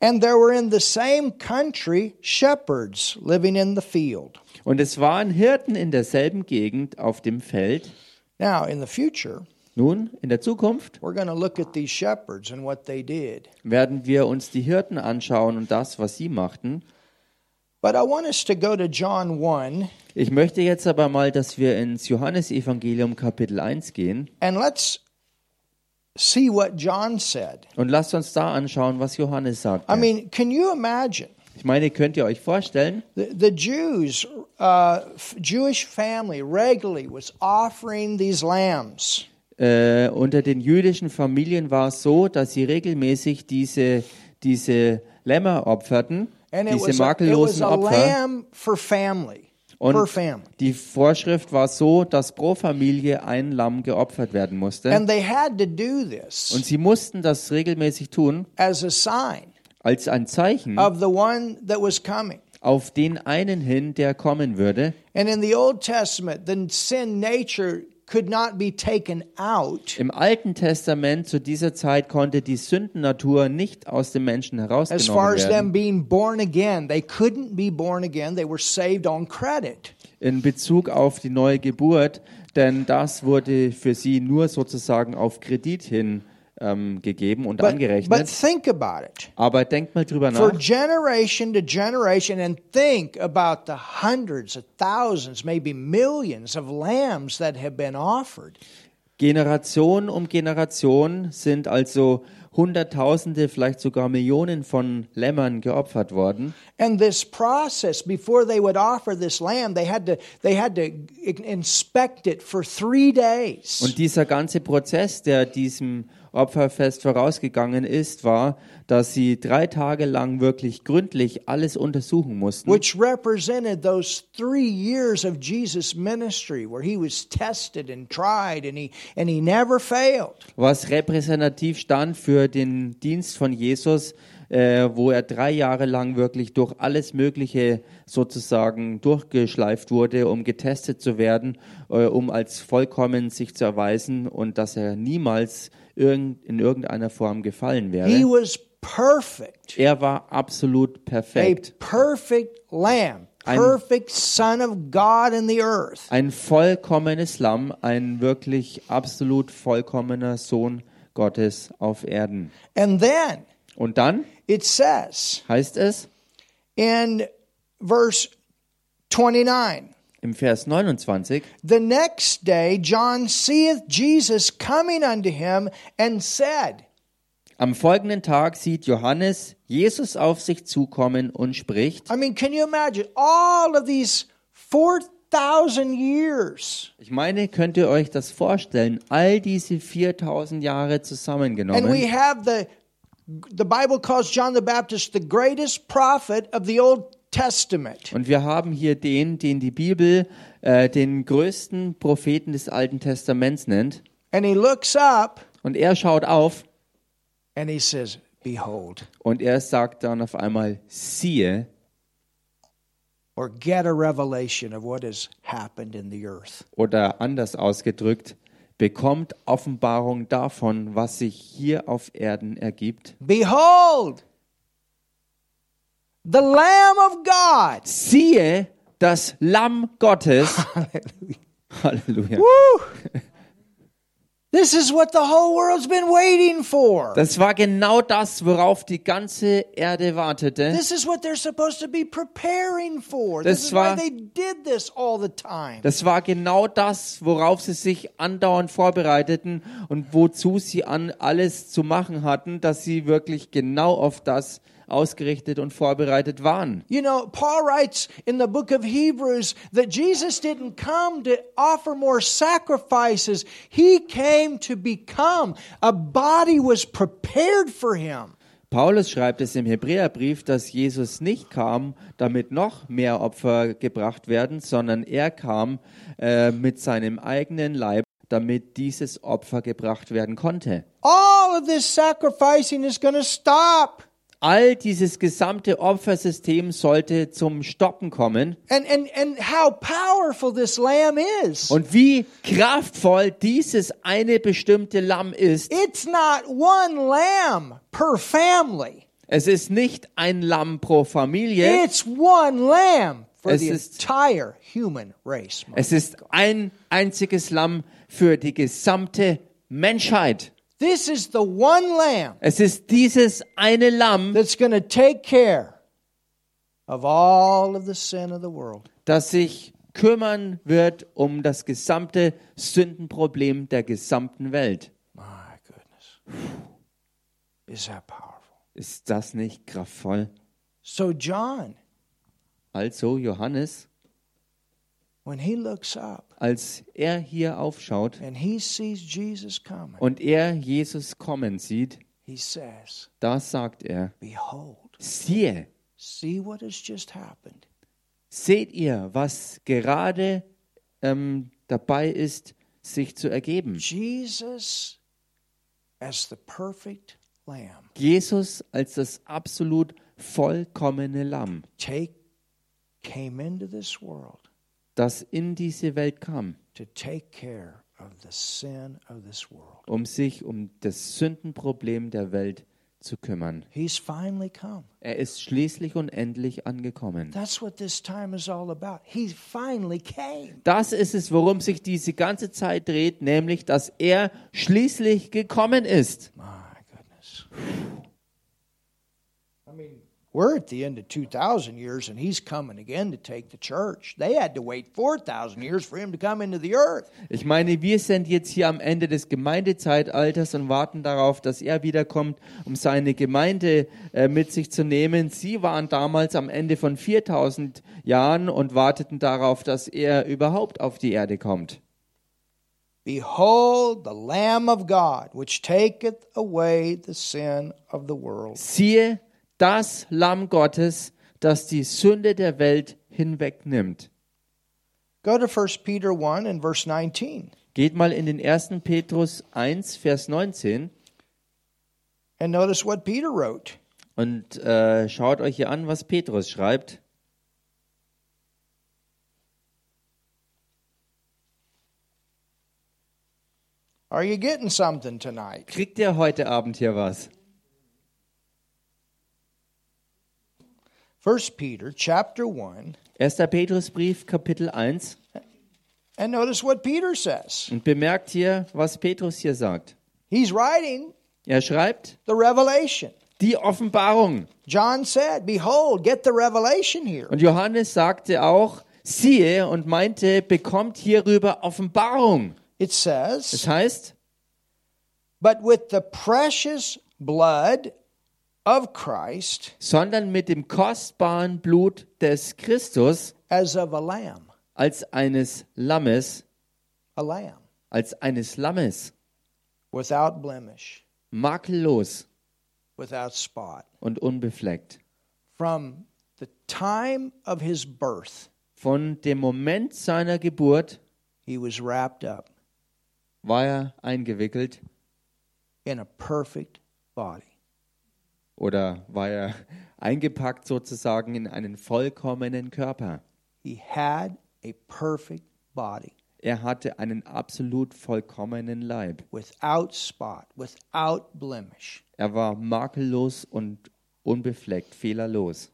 Speaker 1: And there were in the same country shepherds living in the field.
Speaker 2: Und es waren Hirten in derselben Gegend auf dem Feld.
Speaker 1: Now, in the future,
Speaker 2: Nun, in der Zukunft
Speaker 1: we're going to look at these shepherds and what they did.
Speaker 2: werden wir uns die Hirten anschauen und das, was sie machten.
Speaker 1: But I want us to go to John 1
Speaker 2: Ich möchte jetzt aber mal, dass wir ins Johannesevangelium Kapitel 1 gehen
Speaker 1: and let's see what John said.
Speaker 2: und lasst uns da anschauen, was Johannes sagt.
Speaker 1: I mean, can you imagine?
Speaker 2: Ich meine, könnt ihr euch vorstellen,
Speaker 1: The, the Jews, uh, f- Jewish family regularly was offering these lambs.
Speaker 2: äh, unter den jüdischen Familien war es so, dass sie regelmäßig diese, diese Lämmer opferten,
Speaker 1: And it was,
Speaker 2: diese
Speaker 1: a, it was
Speaker 2: makellosen
Speaker 1: a
Speaker 2: Opfer.
Speaker 1: lamb for family. per
Speaker 2: Und
Speaker 1: family.
Speaker 2: die Vorschrift war so, dass pro Familie ein Lamm geopfert werden musste.
Speaker 1: And they had to do this
Speaker 2: Und sie mussten das regelmäßig tun,
Speaker 1: as a sign
Speaker 2: als ein Zeichen
Speaker 1: of the one that was coming.
Speaker 2: auf den einen hin, der kommen würde.
Speaker 1: And in the Old Testament, the sin nature could not be taken out
Speaker 2: Im Alten Testament zu dieser Zeit konnte die Sündennatur nicht aus dem Menschen
Speaker 1: As far
Speaker 2: herausgenommen
Speaker 1: as
Speaker 2: werden.
Speaker 1: them being born again, they couldn't be born again. They were saved on credit.
Speaker 2: In Bezug auf die neue Geburt, denn das wurde für sie nur sozusagen auf Kredit hin ähm, gegeben und
Speaker 1: But, but
Speaker 2: angerechnet.
Speaker 1: think about it.
Speaker 2: Aber denkt mal drüber
Speaker 1: For
Speaker 2: nach.
Speaker 1: generation to generation, and think about the hundreds of thousands, maybe millions of lambs that have been offered.
Speaker 2: Generation um Generation sind also Hunderttausende, vielleicht sogar Millionen von Lämmern geopfert worden.
Speaker 1: And this process, before they would offer this lamb, they had to they had to in- inspect it for three days.
Speaker 2: Und dieser ganze Prozess, der diesem Opferfest vorausgegangen ist, war, dass sie drei Tage lang wirklich gründlich alles untersuchen mussten.
Speaker 1: Which represented those three years of Jesus' ministry where he was tested and tried and he and he never failed.
Speaker 2: was repräsentativ stand für den Dienst von Jesus, äh, wo er drei Jahre lang wirklich durch alles Mögliche sozusagen durchgeschleift wurde, um getestet zu werden, äh, um als vollkommen sich zu erweisen und dass er niemals irgend, in irgendeiner Form gefallen
Speaker 1: He
Speaker 2: wäre.
Speaker 1: was perfect.
Speaker 2: Er war absolut
Speaker 1: A
Speaker 2: perfekt.
Speaker 1: perfect lamb,
Speaker 2: Ein-
Speaker 1: perfect son of God in the earth.
Speaker 2: Ein vollkommenes Lamm, ein wirklich absolut vollkommener Sohn Gottes auf Erden.
Speaker 1: And then
Speaker 2: Und dann
Speaker 1: it says
Speaker 2: heißt es
Speaker 1: in verse 29
Speaker 2: im Vers 29,
Speaker 1: The next day John seeth Jesus coming unto him and said,
Speaker 2: Am folgenden Tag sieht Johannes Jesus auf sich zukommen und spricht.
Speaker 1: I mean, can you imagine all of these 4,000 years?
Speaker 2: Ich meine, könnt ihr euch das vorstellen? All diese 4000 Jahre
Speaker 1: And we
Speaker 2: zusammengenommen.
Speaker 1: have the, the Bible calls John the Baptist the greatest prophet of the Old Testament.
Speaker 2: Und wir haben hier den, den die Bibel äh, den größten Propheten des Alten Testaments nennt.
Speaker 1: And he looks up
Speaker 2: Und er schaut auf
Speaker 1: and he says, Behold,
Speaker 2: und er sagt dann auf einmal, siehe
Speaker 1: or get a revelation of what has happened in the earth.
Speaker 2: oder anders ausgedrückt, bekommt Offenbarung davon, was sich hier auf Erden ergibt.
Speaker 1: Behold, the Lamb of God.
Speaker 2: Siehe das Lamm Gottes. Halleluja.
Speaker 1: Woo! This is what the whole world's been waiting for.
Speaker 2: Das war genau das, worauf die ganze Erde wartete.
Speaker 1: This is what they're supposed to be preparing for.
Speaker 2: Das
Speaker 1: This is why
Speaker 2: war-
Speaker 1: they did this all the time.
Speaker 2: Das war genau das, worauf sie sich andauernd vorbereiteten und wozu sie an alles zu machen hatten, dass sie wirklich genau auf das ausgerichtet und vorbereitet waren.
Speaker 1: You know, Paul writes in the book of Hebrews that Jesus didn't come to offer more sacrifices. He came to become. A body was prepared for him.
Speaker 2: Paulus schreibt es im Hebräerbrief, dass Jesus nicht kam, damit noch mehr Opfer gebracht werden, sondern er kam äh, mit seinem eigenen Leib, damit dieses Opfer gebracht werden konnte.
Speaker 1: All of this sacrificing is going to stop.
Speaker 2: All dieses gesamte Opfersystem sollte zum Stoppen kommen.
Speaker 1: And, and, and how powerful this lamb is.
Speaker 2: Und wie kraftvoll dieses eine bestimmte Lamm ist.
Speaker 1: It's not one lamb per family.
Speaker 2: Es ist nicht ein Lamm pro Familie.
Speaker 1: It's one lamb for
Speaker 2: Es
Speaker 1: the
Speaker 2: ist-
Speaker 1: entire human race.
Speaker 2: Es ist ein einziges Lamm für die gesamte Menschheit.
Speaker 1: This is the one lamb
Speaker 2: Es ist dieses eine Lamm,
Speaker 1: that's going to take care of all of the sin of the world.
Speaker 2: das sich kümmern wird um das gesamte Sündenproblem der gesamten Welt.
Speaker 1: My goodness. Is that powerful?
Speaker 2: Ist das nicht kraftvoll?
Speaker 1: So, John,
Speaker 2: Also Johannes,
Speaker 1: when he looks up
Speaker 2: als er hier aufschaut
Speaker 1: and he sees Jesus coming,
Speaker 2: und er Jesus kommen sieht,
Speaker 1: he says,
Speaker 2: da sagt er,
Speaker 1: Behold,
Speaker 2: siehe,
Speaker 1: see what has just happened.
Speaker 2: seht ihr, was gerade ähm, dabei ist, sich zu
Speaker 1: Hmm.
Speaker 2: ergeben.
Speaker 1: Jesus as the perfect lamb.
Speaker 2: Jesus als das absolut vollkommene Lamm,
Speaker 1: take came into this world
Speaker 2: das in diese Welt kam.
Speaker 1: to take care of the sin of this world.
Speaker 2: um sich um das Sündenproblem der Welt zu kümmern.
Speaker 1: He's finally come.
Speaker 2: Er ist schließlich und endlich angekommen.
Speaker 1: That's what this time is all about. He finally came.
Speaker 2: Das ist es, worum sich diese ganze Zeit dreht, nämlich, dass er schließlich gekommen ist.
Speaker 1: My goodness. I mean, We're at the end of 2,000 years, and he's coming again to take the church. They had to wait 4,000 years for him to come into the earth.
Speaker 2: Ich meine, wir sind jetzt hier am Ende des Gemeindezeitalters und warten darauf, dass er wiederkommt, um seine Gemeinde äh, mit sich zu nehmen. Sie waren damals am Ende von 4000 Jahren und warteten darauf, dass er überhaupt auf die Erde kommt.
Speaker 1: Behold, the Lamb of God, which taketh away the sin of the world.
Speaker 2: Siehe, das Lamm Gottes, das die Sünde der Welt hinwegnimmt.
Speaker 1: Go to 1 Peter 1 and verse 19.
Speaker 2: Geht mal in den 1. Petrus 1, Vers 19
Speaker 1: And notice what Peter wrote.
Speaker 2: und äh, schaut euch hier an, was Petrus schreibt.
Speaker 1: Are you getting something tonight?
Speaker 2: Kriegt ihr heute Abend hier was?
Speaker 1: 1 Peter chapter 1
Speaker 2: 1. Petrusbrief, Kapitel 1.
Speaker 1: and notice what Peter says.
Speaker 2: Und bemerkt hier, was Petrus hier sagt.
Speaker 1: He's writing
Speaker 2: Er schreibt,
Speaker 1: the revelation.
Speaker 2: die Offenbarung.
Speaker 1: John said, Behold, get the revelation here.
Speaker 2: Und Johannes sagte auch, siehe und meinte, bekommt hierüber Offenbarung.
Speaker 1: It
Speaker 2: Das
Speaker 1: says,
Speaker 2: heißt,
Speaker 1: But with the precious blood of Christ
Speaker 2: sondern mit dem kostbaren Blut des Christus
Speaker 1: as of a lamb.
Speaker 2: als eines Lammes,
Speaker 1: A lamb
Speaker 2: als eines Lammes,
Speaker 1: without blemish,
Speaker 2: makellos
Speaker 1: without spot.
Speaker 2: und unbefleckt.
Speaker 1: From the time of his birth,
Speaker 2: Von dem Moment seiner Geburt
Speaker 1: he was wrapped up
Speaker 2: war er eingewickelt
Speaker 1: in a perfect body.
Speaker 2: oder war er eingepackt sozusagen in einen vollkommenen Körper.
Speaker 1: He had a perfect body
Speaker 2: Er hatte einen absolut vollkommenen Leib.
Speaker 1: without spot, without blemish,
Speaker 2: Er war makellos und unbefleckt, fehlerlos,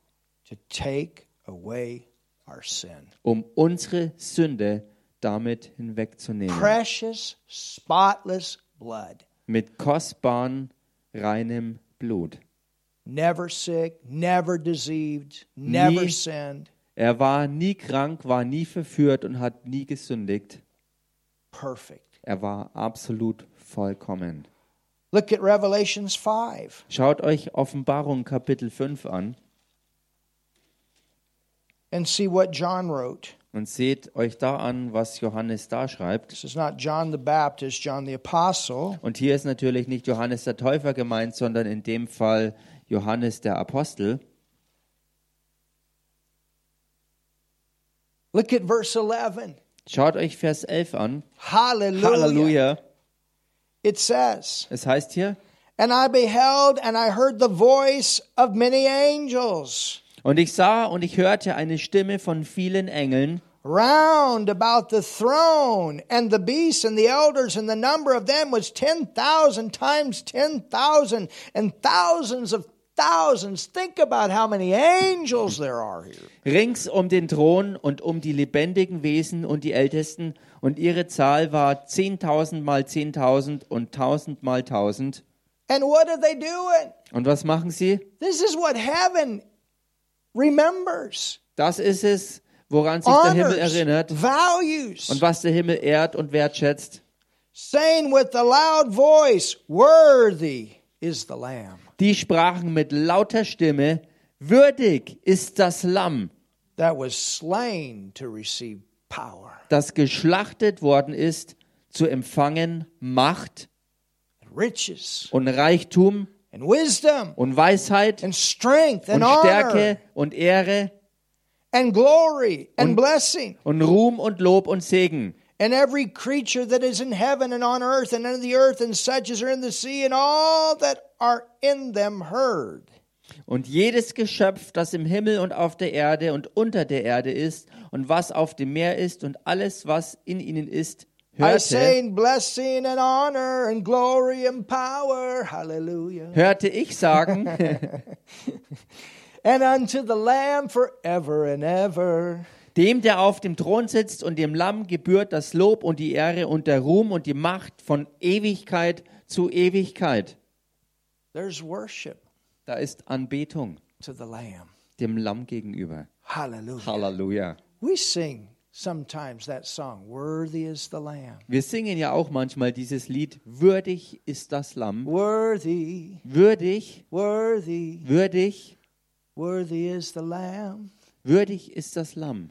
Speaker 1: to take away our sin.
Speaker 2: um unsere Sünde damit hinwegzunehmen.
Speaker 1: Precious, spotless blood.
Speaker 2: mit kostbaren, reinem Blut.
Speaker 1: Never sick, never deceived, never
Speaker 2: Nie-
Speaker 1: sinned.
Speaker 2: Er war nie krank, war nie verführt und hat nie gesündigt.
Speaker 1: Perfect.
Speaker 2: Er war absolut vollkommen.
Speaker 1: Look at Revelations 5.
Speaker 2: Schaut euch Offenbarung Kapitel 5 an
Speaker 1: and see what John wrote.
Speaker 2: und seht euch da an, was Johannes da schreibt.
Speaker 1: This is not John the Baptist, John the Apostle,
Speaker 2: Und hier ist natürlich nicht Johannes der Täufer gemeint, sondern in dem Fall Johannes der Apostel.
Speaker 1: Look at verse 11.
Speaker 2: Schaut euch Vers 11 an.
Speaker 1: Hallelujah.
Speaker 2: Halleluja.
Speaker 1: It says,
Speaker 2: Es heißt hier,
Speaker 1: And I beheld and I heard the voice of many angels
Speaker 2: und ich sah und ich hörte eine Stimme von vielen Engeln
Speaker 1: round about the throne and the beasts and the elders, and the number of them was 10,000 times 10,000 and thousands of thousands. Think about how many angels there are here.
Speaker 2: rings um den Thron und um die lebendigen Wesen und die Ältesten, und ihre Zahl war zehntausend mal zehntausend und tausend mal tausend.
Speaker 1: And what are they doing?
Speaker 2: Und was machen sie?
Speaker 1: This is what heaven remembers,
Speaker 2: Das ist es, woran sich der Himmel
Speaker 1: honors,
Speaker 2: erinnert
Speaker 1: values,
Speaker 2: er und was der Himmel ehrt und wertschätzt.
Speaker 1: saying with a loud voice, Worthy is the Lamb
Speaker 2: Die sprachen mit lauter Stimme, würdig ist das Lamm,
Speaker 1: that was slain to receive power,
Speaker 2: das geschlachtet worden ist, zu empfangen Macht
Speaker 1: and riches,
Speaker 2: und Reichtum
Speaker 1: and wisdom,
Speaker 2: und Weisheit
Speaker 1: and strength, and
Speaker 2: und
Speaker 1: honor,
Speaker 2: Stärke und Ehre
Speaker 1: and glory, and
Speaker 2: Und-
Speaker 1: blessing.
Speaker 2: und Ruhm und Lob und Segen
Speaker 1: And every creature that is in heaven and on earth and under the earth and such as are in the sea and all that are in them heard.
Speaker 2: und jedes Geschöpf, das im Himmel und auf der Erde und unter der Erde ist und was auf dem Meer ist und alles, was in ihnen ist,
Speaker 1: I
Speaker 2: hörte,
Speaker 1: sing blessing and honor and glory and power, hallelujah.
Speaker 2: hörte ich sagen,
Speaker 1: And unto the Lamb forever and ever.
Speaker 2: dem, der auf dem Thron sitzt und dem Lamm gebührt das Lob und die Ehre und der Ruhm und die Macht von Ewigkeit zu Ewigkeit.
Speaker 1: There's worship.
Speaker 2: Da ist Anbetung.
Speaker 1: to the Lamb.
Speaker 2: dem Lamm gegenüber.
Speaker 1: Hallelujah.
Speaker 2: Halleluja.
Speaker 1: We sing sometimes that song, Worthy is the Lamb.
Speaker 2: Wir singen ja auch manchmal dieses Lied, würdig ist das Lamm.
Speaker 1: Worthy,
Speaker 2: Würdig,
Speaker 1: worthy,
Speaker 2: würdig,
Speaker 1: worthy is the Lamb.
Speaker 2: würdig ist das Lamm.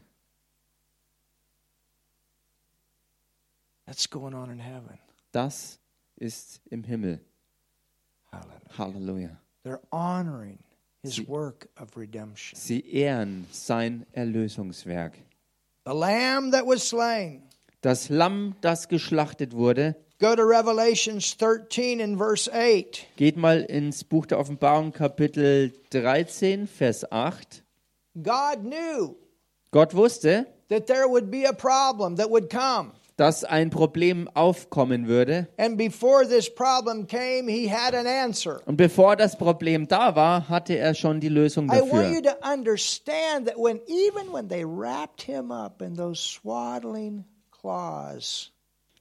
Speaker 1: That's going on in heaven.
Speaker 2: Das ist im Himmel.
Speaker 1: Hallelujah.
Speaker 2: Halleluja.
Speaker 1: They're honoring his work of redemption.
Speaker 2: Sie ehren sein Erlösungswerk.
Speaker 1: The Lamb that was slain.
Speaker 2: Das Lamm, das geschlachtet wurde,
Speaker 1: Go to Revelations 13 and verse 8.
Speaker 2: geht mal ins Buch der Offenbarung Kapitel 13, Vers 8.
Speaker 1: God knew
Speaker 2: Gott wusste,
Speaker 1: that there would be a problem that would come.
Speaker 2: dass ein Problem aufkommen würde.
Speaker 1: And before this problem came, he had an answer.
Speaker 2: Und bevor das Problem da war, hatte er schon die Lösung
Speaker 1: I want you
Speaker 2: dafür.
Speaker 1: to understand that when even when they wrapped him up in those swaddling claws,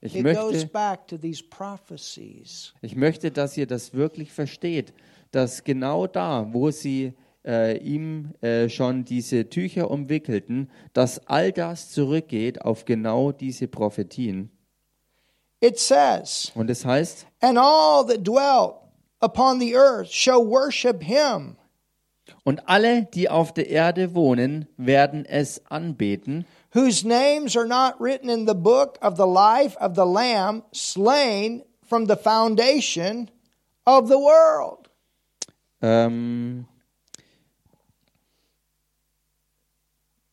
Speaker 2: Ich
Speaker 1: it goes
Speaker 2: möchte,
Speaker 1: back to these prophecies.
Speaker 2: ich möchte, dass ihr das wirklich versteht, dass genau da, wo sie äh, ihm äh, schon diese Tücher umwickelten, dass all das zurückgeht auf genau diese Prophetien.
Speaker 1: It says,
Speaker 2: Und es heißt,
Speaker 1: And all that dwelt upon the earth shall worship him,
Speaker 2: und alle, die auf der Erde wohnen, werden es anbeten,
Speaker 1: whose names are not written in the book of the life of the Lamb slain from the foundation of the world.
Speaker 2: ähm,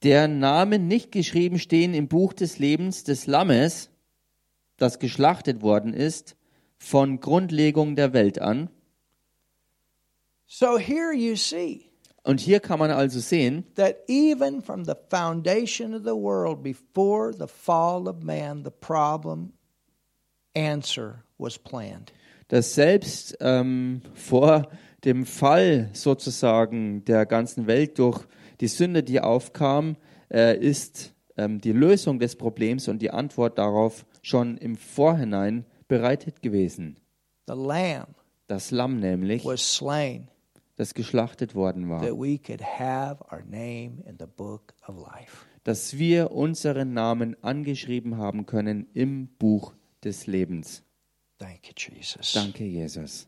Speaker 2: der Namen nicht geschrieben stehen im Buch des Lebens des Lammes, das geschlachtet worden ist, von Grundlegung der Welt an.
Speaker 1: So here you see
Speaker 2: Und hier kann man also sehen,
Speaker 1: that even from the foundation of the world before the fall of man, the problem answer was planned.
Speaker 2: dass selbst ähm, vor dem Fall sozusagen der ganzen Welt durch die Sünde, die aufkam, äh, ist ähm, die Lösung des Problems und die Antwort darauf schon im Vorhinein bereitet gewesen.
Speaker 1: The Lamb
Speaker 2: Das Lamm nämlich,
Speaker 1: was slain
Speaker 2: das geschlachtet worden war,
Speaker 1: that we could have our name in the book of life.
Speaker 2: dass wir unseren Namen angeschrieben haben können im Buch des Lebens.
Speaker 1: Thank you, Jesus.
Speaker 2: Danke, Jesus.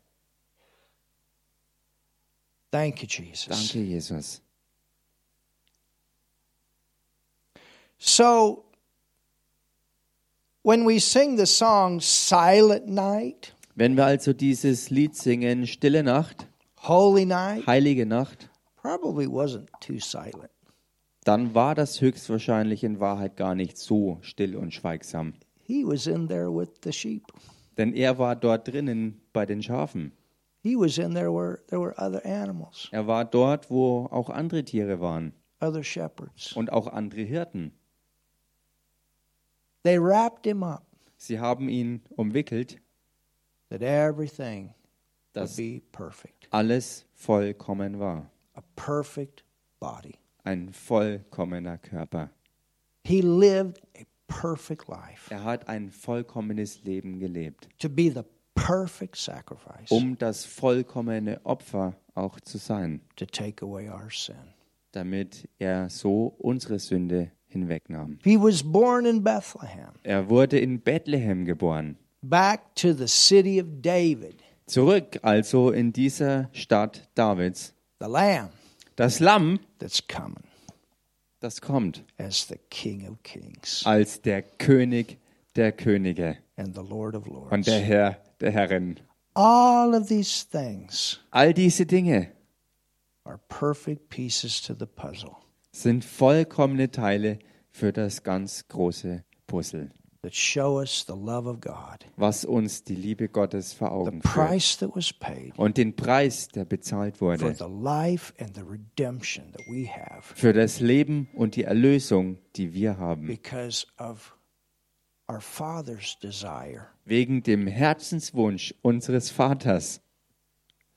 Speaker 1: Thank you, Jesus.
Speaker 2: Danke, Jesus.
Speaker 1: So, when we sing the song Silent Night,
Speaker 2: Wenn wir also dieses Lied singen, Stille Nacht,
Speaker 1: Holy Night,
Speaker 2: heilige Nacht,
Speaker 1: probably wasn't too silent.
Speaker 2: dann war das höchstwahrscheinlich in Wahrheit gar nicht so still und schweigsam.
Speaker 1: He was in there with the sheep.
Speaker 2: Denn er war dort drinnen bei den Schafen.
Speaker 1: He was in there where there were other animals,
Speaker 2: Er war dort, wo auch andere Tiere waren
Speaker 1: other shepherds.
Speaker 2: und auch andere Hirten.
Speaker 1: They wrapped him up
Speaker 2: Sie haben ihn umwickelt,
Speaker 1: that everything would
Speaker 2: dass
Speaker 1: be perfect.
Speaker 2: alles vollkommen war.
Speaker 1: A perfect body.
Speaker 2: Ein vollkommener Körper.
Speaker 1: He lived a perfect life
Speaker 2: Er hat ein vollkommenes Leben gelebt,
Speaker 1: to be the perfect sacrifice
Speaker 2: um das vollkommene Opfer auch zu sein,
Speaker 1: to take away our sin.
Speaker 2: damit er so unsere Sünde hinwegnahm.
Speaker 1: He was born in Bethlehem.
Speaker 2: Er wurde in Bethlehem geboren.
Speaker 1: back to the city of David,
Speaker 2: Zurück also in dieser Stadt Davids.
Speaker 1: the Lamb
Speaker 2: Das Lamm,
Speaker 1: that's coming
Speaker 2: das kommt
Speaker 1: as the King of Kings
Speaker 2: als der König der Könige
Speaker 1: and the Lord of
Speaker 2: und
Speaker 1: Lords.
Speaker 2: der Herr der Herren.
Speaker 1: All of these things
Speaker 2: All diese Dinge
Speaker 1: are perfect pieces to the puzzle
Speaker 2: sind vollkommene Teile für das ganz große Puzzle,
Speaker 1: that show us the love of God,
Speaker 2: was uns die Liebe Gottes vor
Speaker 1: the
Speaker 2: Augen führt
Speaker 1: price that was paid
Speaker 2: und den Preis, der bezahlt
Speaker 1: for
Speaker 2: wurde
Speaker 1: the life and the redemption that we have
Speaker 2: für das Leben und die Erlösung, die wir haben,
Speaker 1: because of our Father's desire
Speaker 2: wegen dem Herzenswunsch unseres Vaters.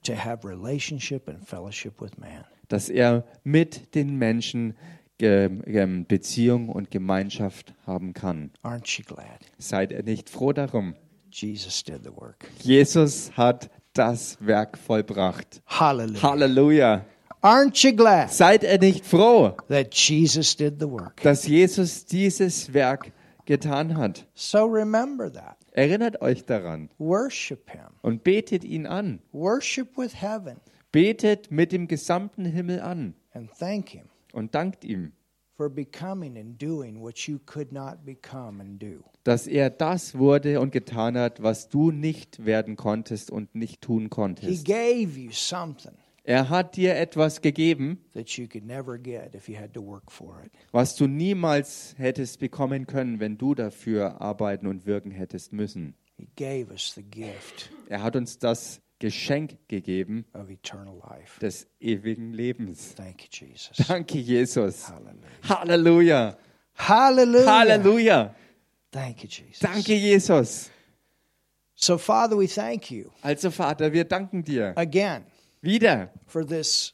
Speaker 1: to have relationship and fellowship with man.
Speaker 2: dass er mit den Menschen ähm, ähm, Beziehung und Gemeinschaft haben kann.
Speaker 1: Aren't you glad?
Speaker 2: Seid ihr nicht froh darum?
Speaker 1: Jesus did the work.
Speaker 2: Jesus hat das Werk vollbracht.
Speaker 1: Hallelujah.
Speaker 2: Halleluja.
Speaker 1: Aren't you glad
Speaker 2: Seid ihr nicht froh,
Speaker 1: that Jesus did the work?
Speaker 2: dass Jesus dieses Werk getan hat?
Speaker 1: So remember that.
Speaker 2: Erinnert euch daran
Speaker 1: Worship Him.
Speaker 2: und betet ihn an.
Speaker 1: Worship with heaven
Speaker 2: Betet mit dem gesamten Himmel an
Speaker 1: and thank Him
Speaker 2: und dankt ihm,
Speaker 1: for becoming and doing what you could not become and do.
Speaker 2: dass er das wurde und getan hat, was du nicht werden konntest und nicht tun
Speaker 1: He
Speaker 2: konntest.
Speaker 1: gave you something
Speaker 2: Er hat dir etwas gegeben,
Speaker 1: that you could never get if you had to work for it.
Speaker 2: was du niemals hättest bekommen können, wenn du dafür arbeiten und wirken hättest müssen.
Speaker 1: He gave us the gift
Speaker 2: Er hat uns das Geschenk gegeben
Speaker 1: of eternal life.
Speaker 2: des ewigen Lebens.
Speaker 1: Thank you, Jesus.
Speaker 2: Danke, Jesus.
Speaker 1: Hallelujah.
Speaker 2: Halleluja.
Speaker 1: Hallelujah.
Speaker 2: Halleluja.
Speaker 1: Thank you, Jesus.
Speaker 2: Danke, Jesus.
Speaker 1: So, Father, we thank you
Speaker 2: Also, Vater, wir danken dir
Speaker 1: again
Speaker 2: wieder
Speaker 1: for this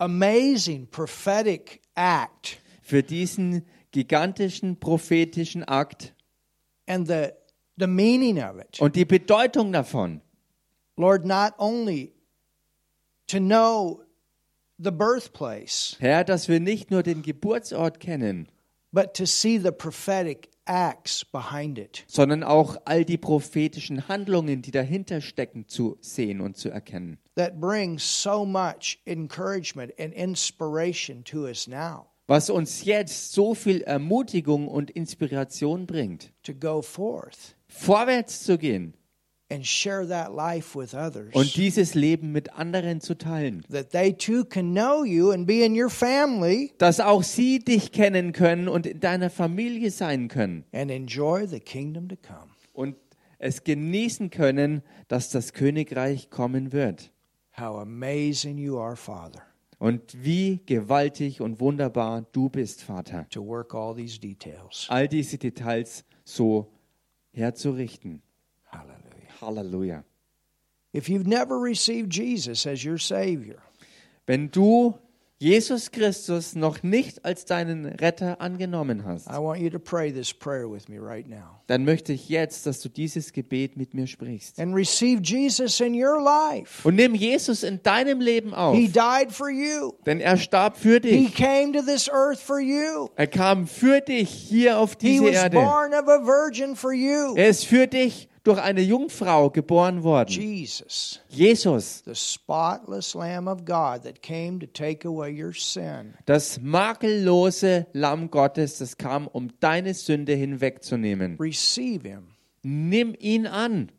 Speaker 1: amazing prophetic act
Speaker 2: für diesen gigantischen prophetischen Akt
Speaker 1: and the, the meaning of it.
Speaker 2: und die Bedeutung davon.
Speaker 1: Lord, not only to know the birthplace,
Speaker 2: Herr, dass wir nicht nur den Geburtsort kennen,
Speaker 1: but to see the prophetic acts behind it.
Speaker 2: sondern auch all die prophetischen Handlungen, die dahinter stecken, zu sehen und zu erkennen.
Speaker 1: that brings so much encouragement and inspiration to us now
Speaker 2: Was uns jetzt so viel Ermutigung und Inspiration bringt,
Speaker 1: to go forth
Speaker 2: vorwärts zu gehen
Speaker 1: and share that life with others
Speaker 2: und dieses Leben mit anderen zu teilen.
Speaker 1: that they too can know you and be in your family
Speaker 2: Dass auch sie dich kennen können und in deiner Familie sein können
Speaker 1: and enjoy the kingdom to come.
Speaker 2: und es genießen können, dass das Königreich kommen wird.
Speaker 1: How amazing you are, Father,
Speaker 2: Und wie gewaltig und wunderbar du bist, Vater.
Speaker 1: to work all these details.
Speaker 2: All diese Details so herzurichten.
Speaker 1: Hallelujah.
Speaker 2: Halleluja.
Speaker 1: If you've never received Jesus as your Savior,
Speaker 2: Wenn du Jesus Christus noch nicht als deinen Retter angenommen hast,
Speaker 1: I want you to pray this prayer with me right now
Speaker 2: dann möchte ich jetzt, dass du dieses Gebet mit mir sprichst.
Speaker 1: and receive Jesus in your life.
Speaker 2: Und nimm Jesus in deinem Leben auf,
Speaker 1: He died for you.
Speaker 2: denn er starb für
Speaker 1: He
Speaker 2: dich.
Speaker 1: came to this earth for you.
Speaker 2: Er kam für dich hier auf
Speaker 1: He
Speaker 2: diese
Speaker 1: was
Speaker 2: Erde.
Speaker 1: born of a virgin for you.
Speaker 2: Er ist für dich durch eine Jungfrau geboren worden.
Speaker 1: Jesus,
Speaker 2: Jesus.
Speaker 1: the spotless Lamb of God that came to take away your sin.
Speaker 2: Das makellose Lamm Gottes, das kam, um deine Sünde hinwegzunehmen.
Speaker 1: Receive him
Speaker 2: Nimm ihn an,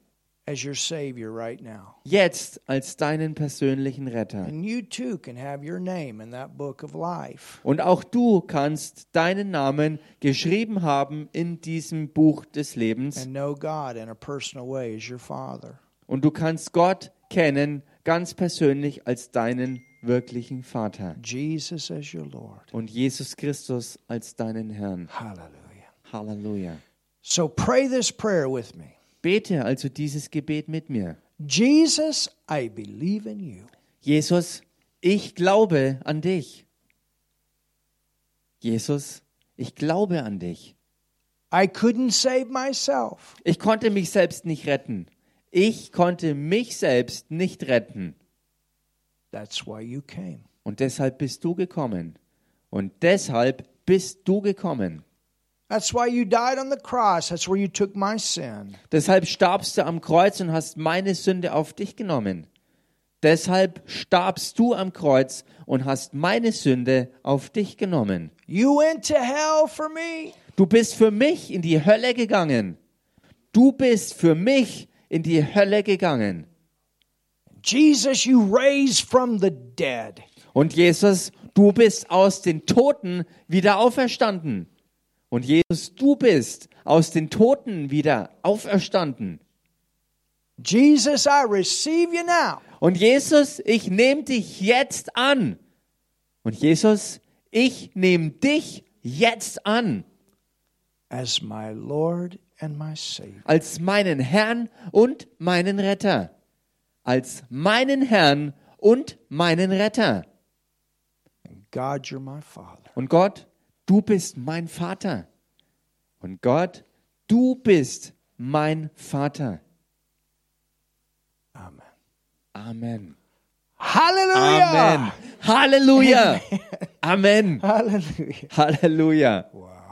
Speaker 1: as your Savior right now.
Speaker 2: jetzt als deinen persönlichen Retter.
Speaker 1: And you too can have your name in that book of life.
Speaker 2: Und auch du kannst deinen Namen geschrieben haben in diesem Buch des Lebens.
Speaker 1: And know God in a personal way as your Father.
Speaker 2: Und du kannst Gott kennen, ganz persönlich als deinen wirklichen Vater.
Speaker 1: Jesus as your Lord.
Speaker 2: Und Jesus Christus als deinen Herrn.
Speaker 1: Hallelujah.
Speaker 2: Halleluja.
Speaker 1: So pray this prayer with me
Speaker 2: Bete also dieses Gebet mit mir.
Speaker 1: Jesus, I believe in you.
Speaker 2: Jesus, ich glaube an dich. Jesus, ich glaube an dich.
Speaker 1: I couldn't save myself,
Speaker 2: Ich konnte mich selbst nicht retten. Ich konnte mich selbst nicht retten.
Speaker 1: that's why you came.
Speaker 2: Und deshalb bist du gekommen. Und deshalb bist du gekommen.
Speaker 1: That's why you died on the cross. That's where you took my sin.
Speaker 2: Deshalb starbst du am Kreuz und hast meine Sünde auf dich genommen. Deshalb starbst du am Kreuz und hast meine Sünde auf dich genommen.
Speaker 1: You went to hell for me.
Speaker 2: Du bist für mich in die Hölle gegangen. Du bist für mich in die Hölle gegangen.
Speaker 1: Jesus, you raised from the dead.
Speaker 2: Und Jesus, du bist aus den Toten wieder auferstanden. Und Jesus, du bist aus den Toten wieder auferstanden.
Speaker 1: Jesus, I receive you now.
Speaker 2: Und Jesus, ich nehme dich jetzt an. Und Jesus, ich nehme dich jetzt an
Speaker 1: As my Lord and my Savior.
Speaker 2: als meinen Herrn und meinen Retter. Als meinen Herrn und meinen Retter.
Speaker 1: And God, you're my Father.
Speaker 2: Und Gott, du bist mein Vater. Und Gott, du bist mein Vater.
Speaker 1: Amen.
Speaker 2: Amen.
Speaker 1: Hallelujah.
Speaker 2: Amen.
Speaker 1: Halleluja! Amen!
Speaker 2: Hallelujah.
Speaker 1: Halleluja!
Speaker 2: Wow.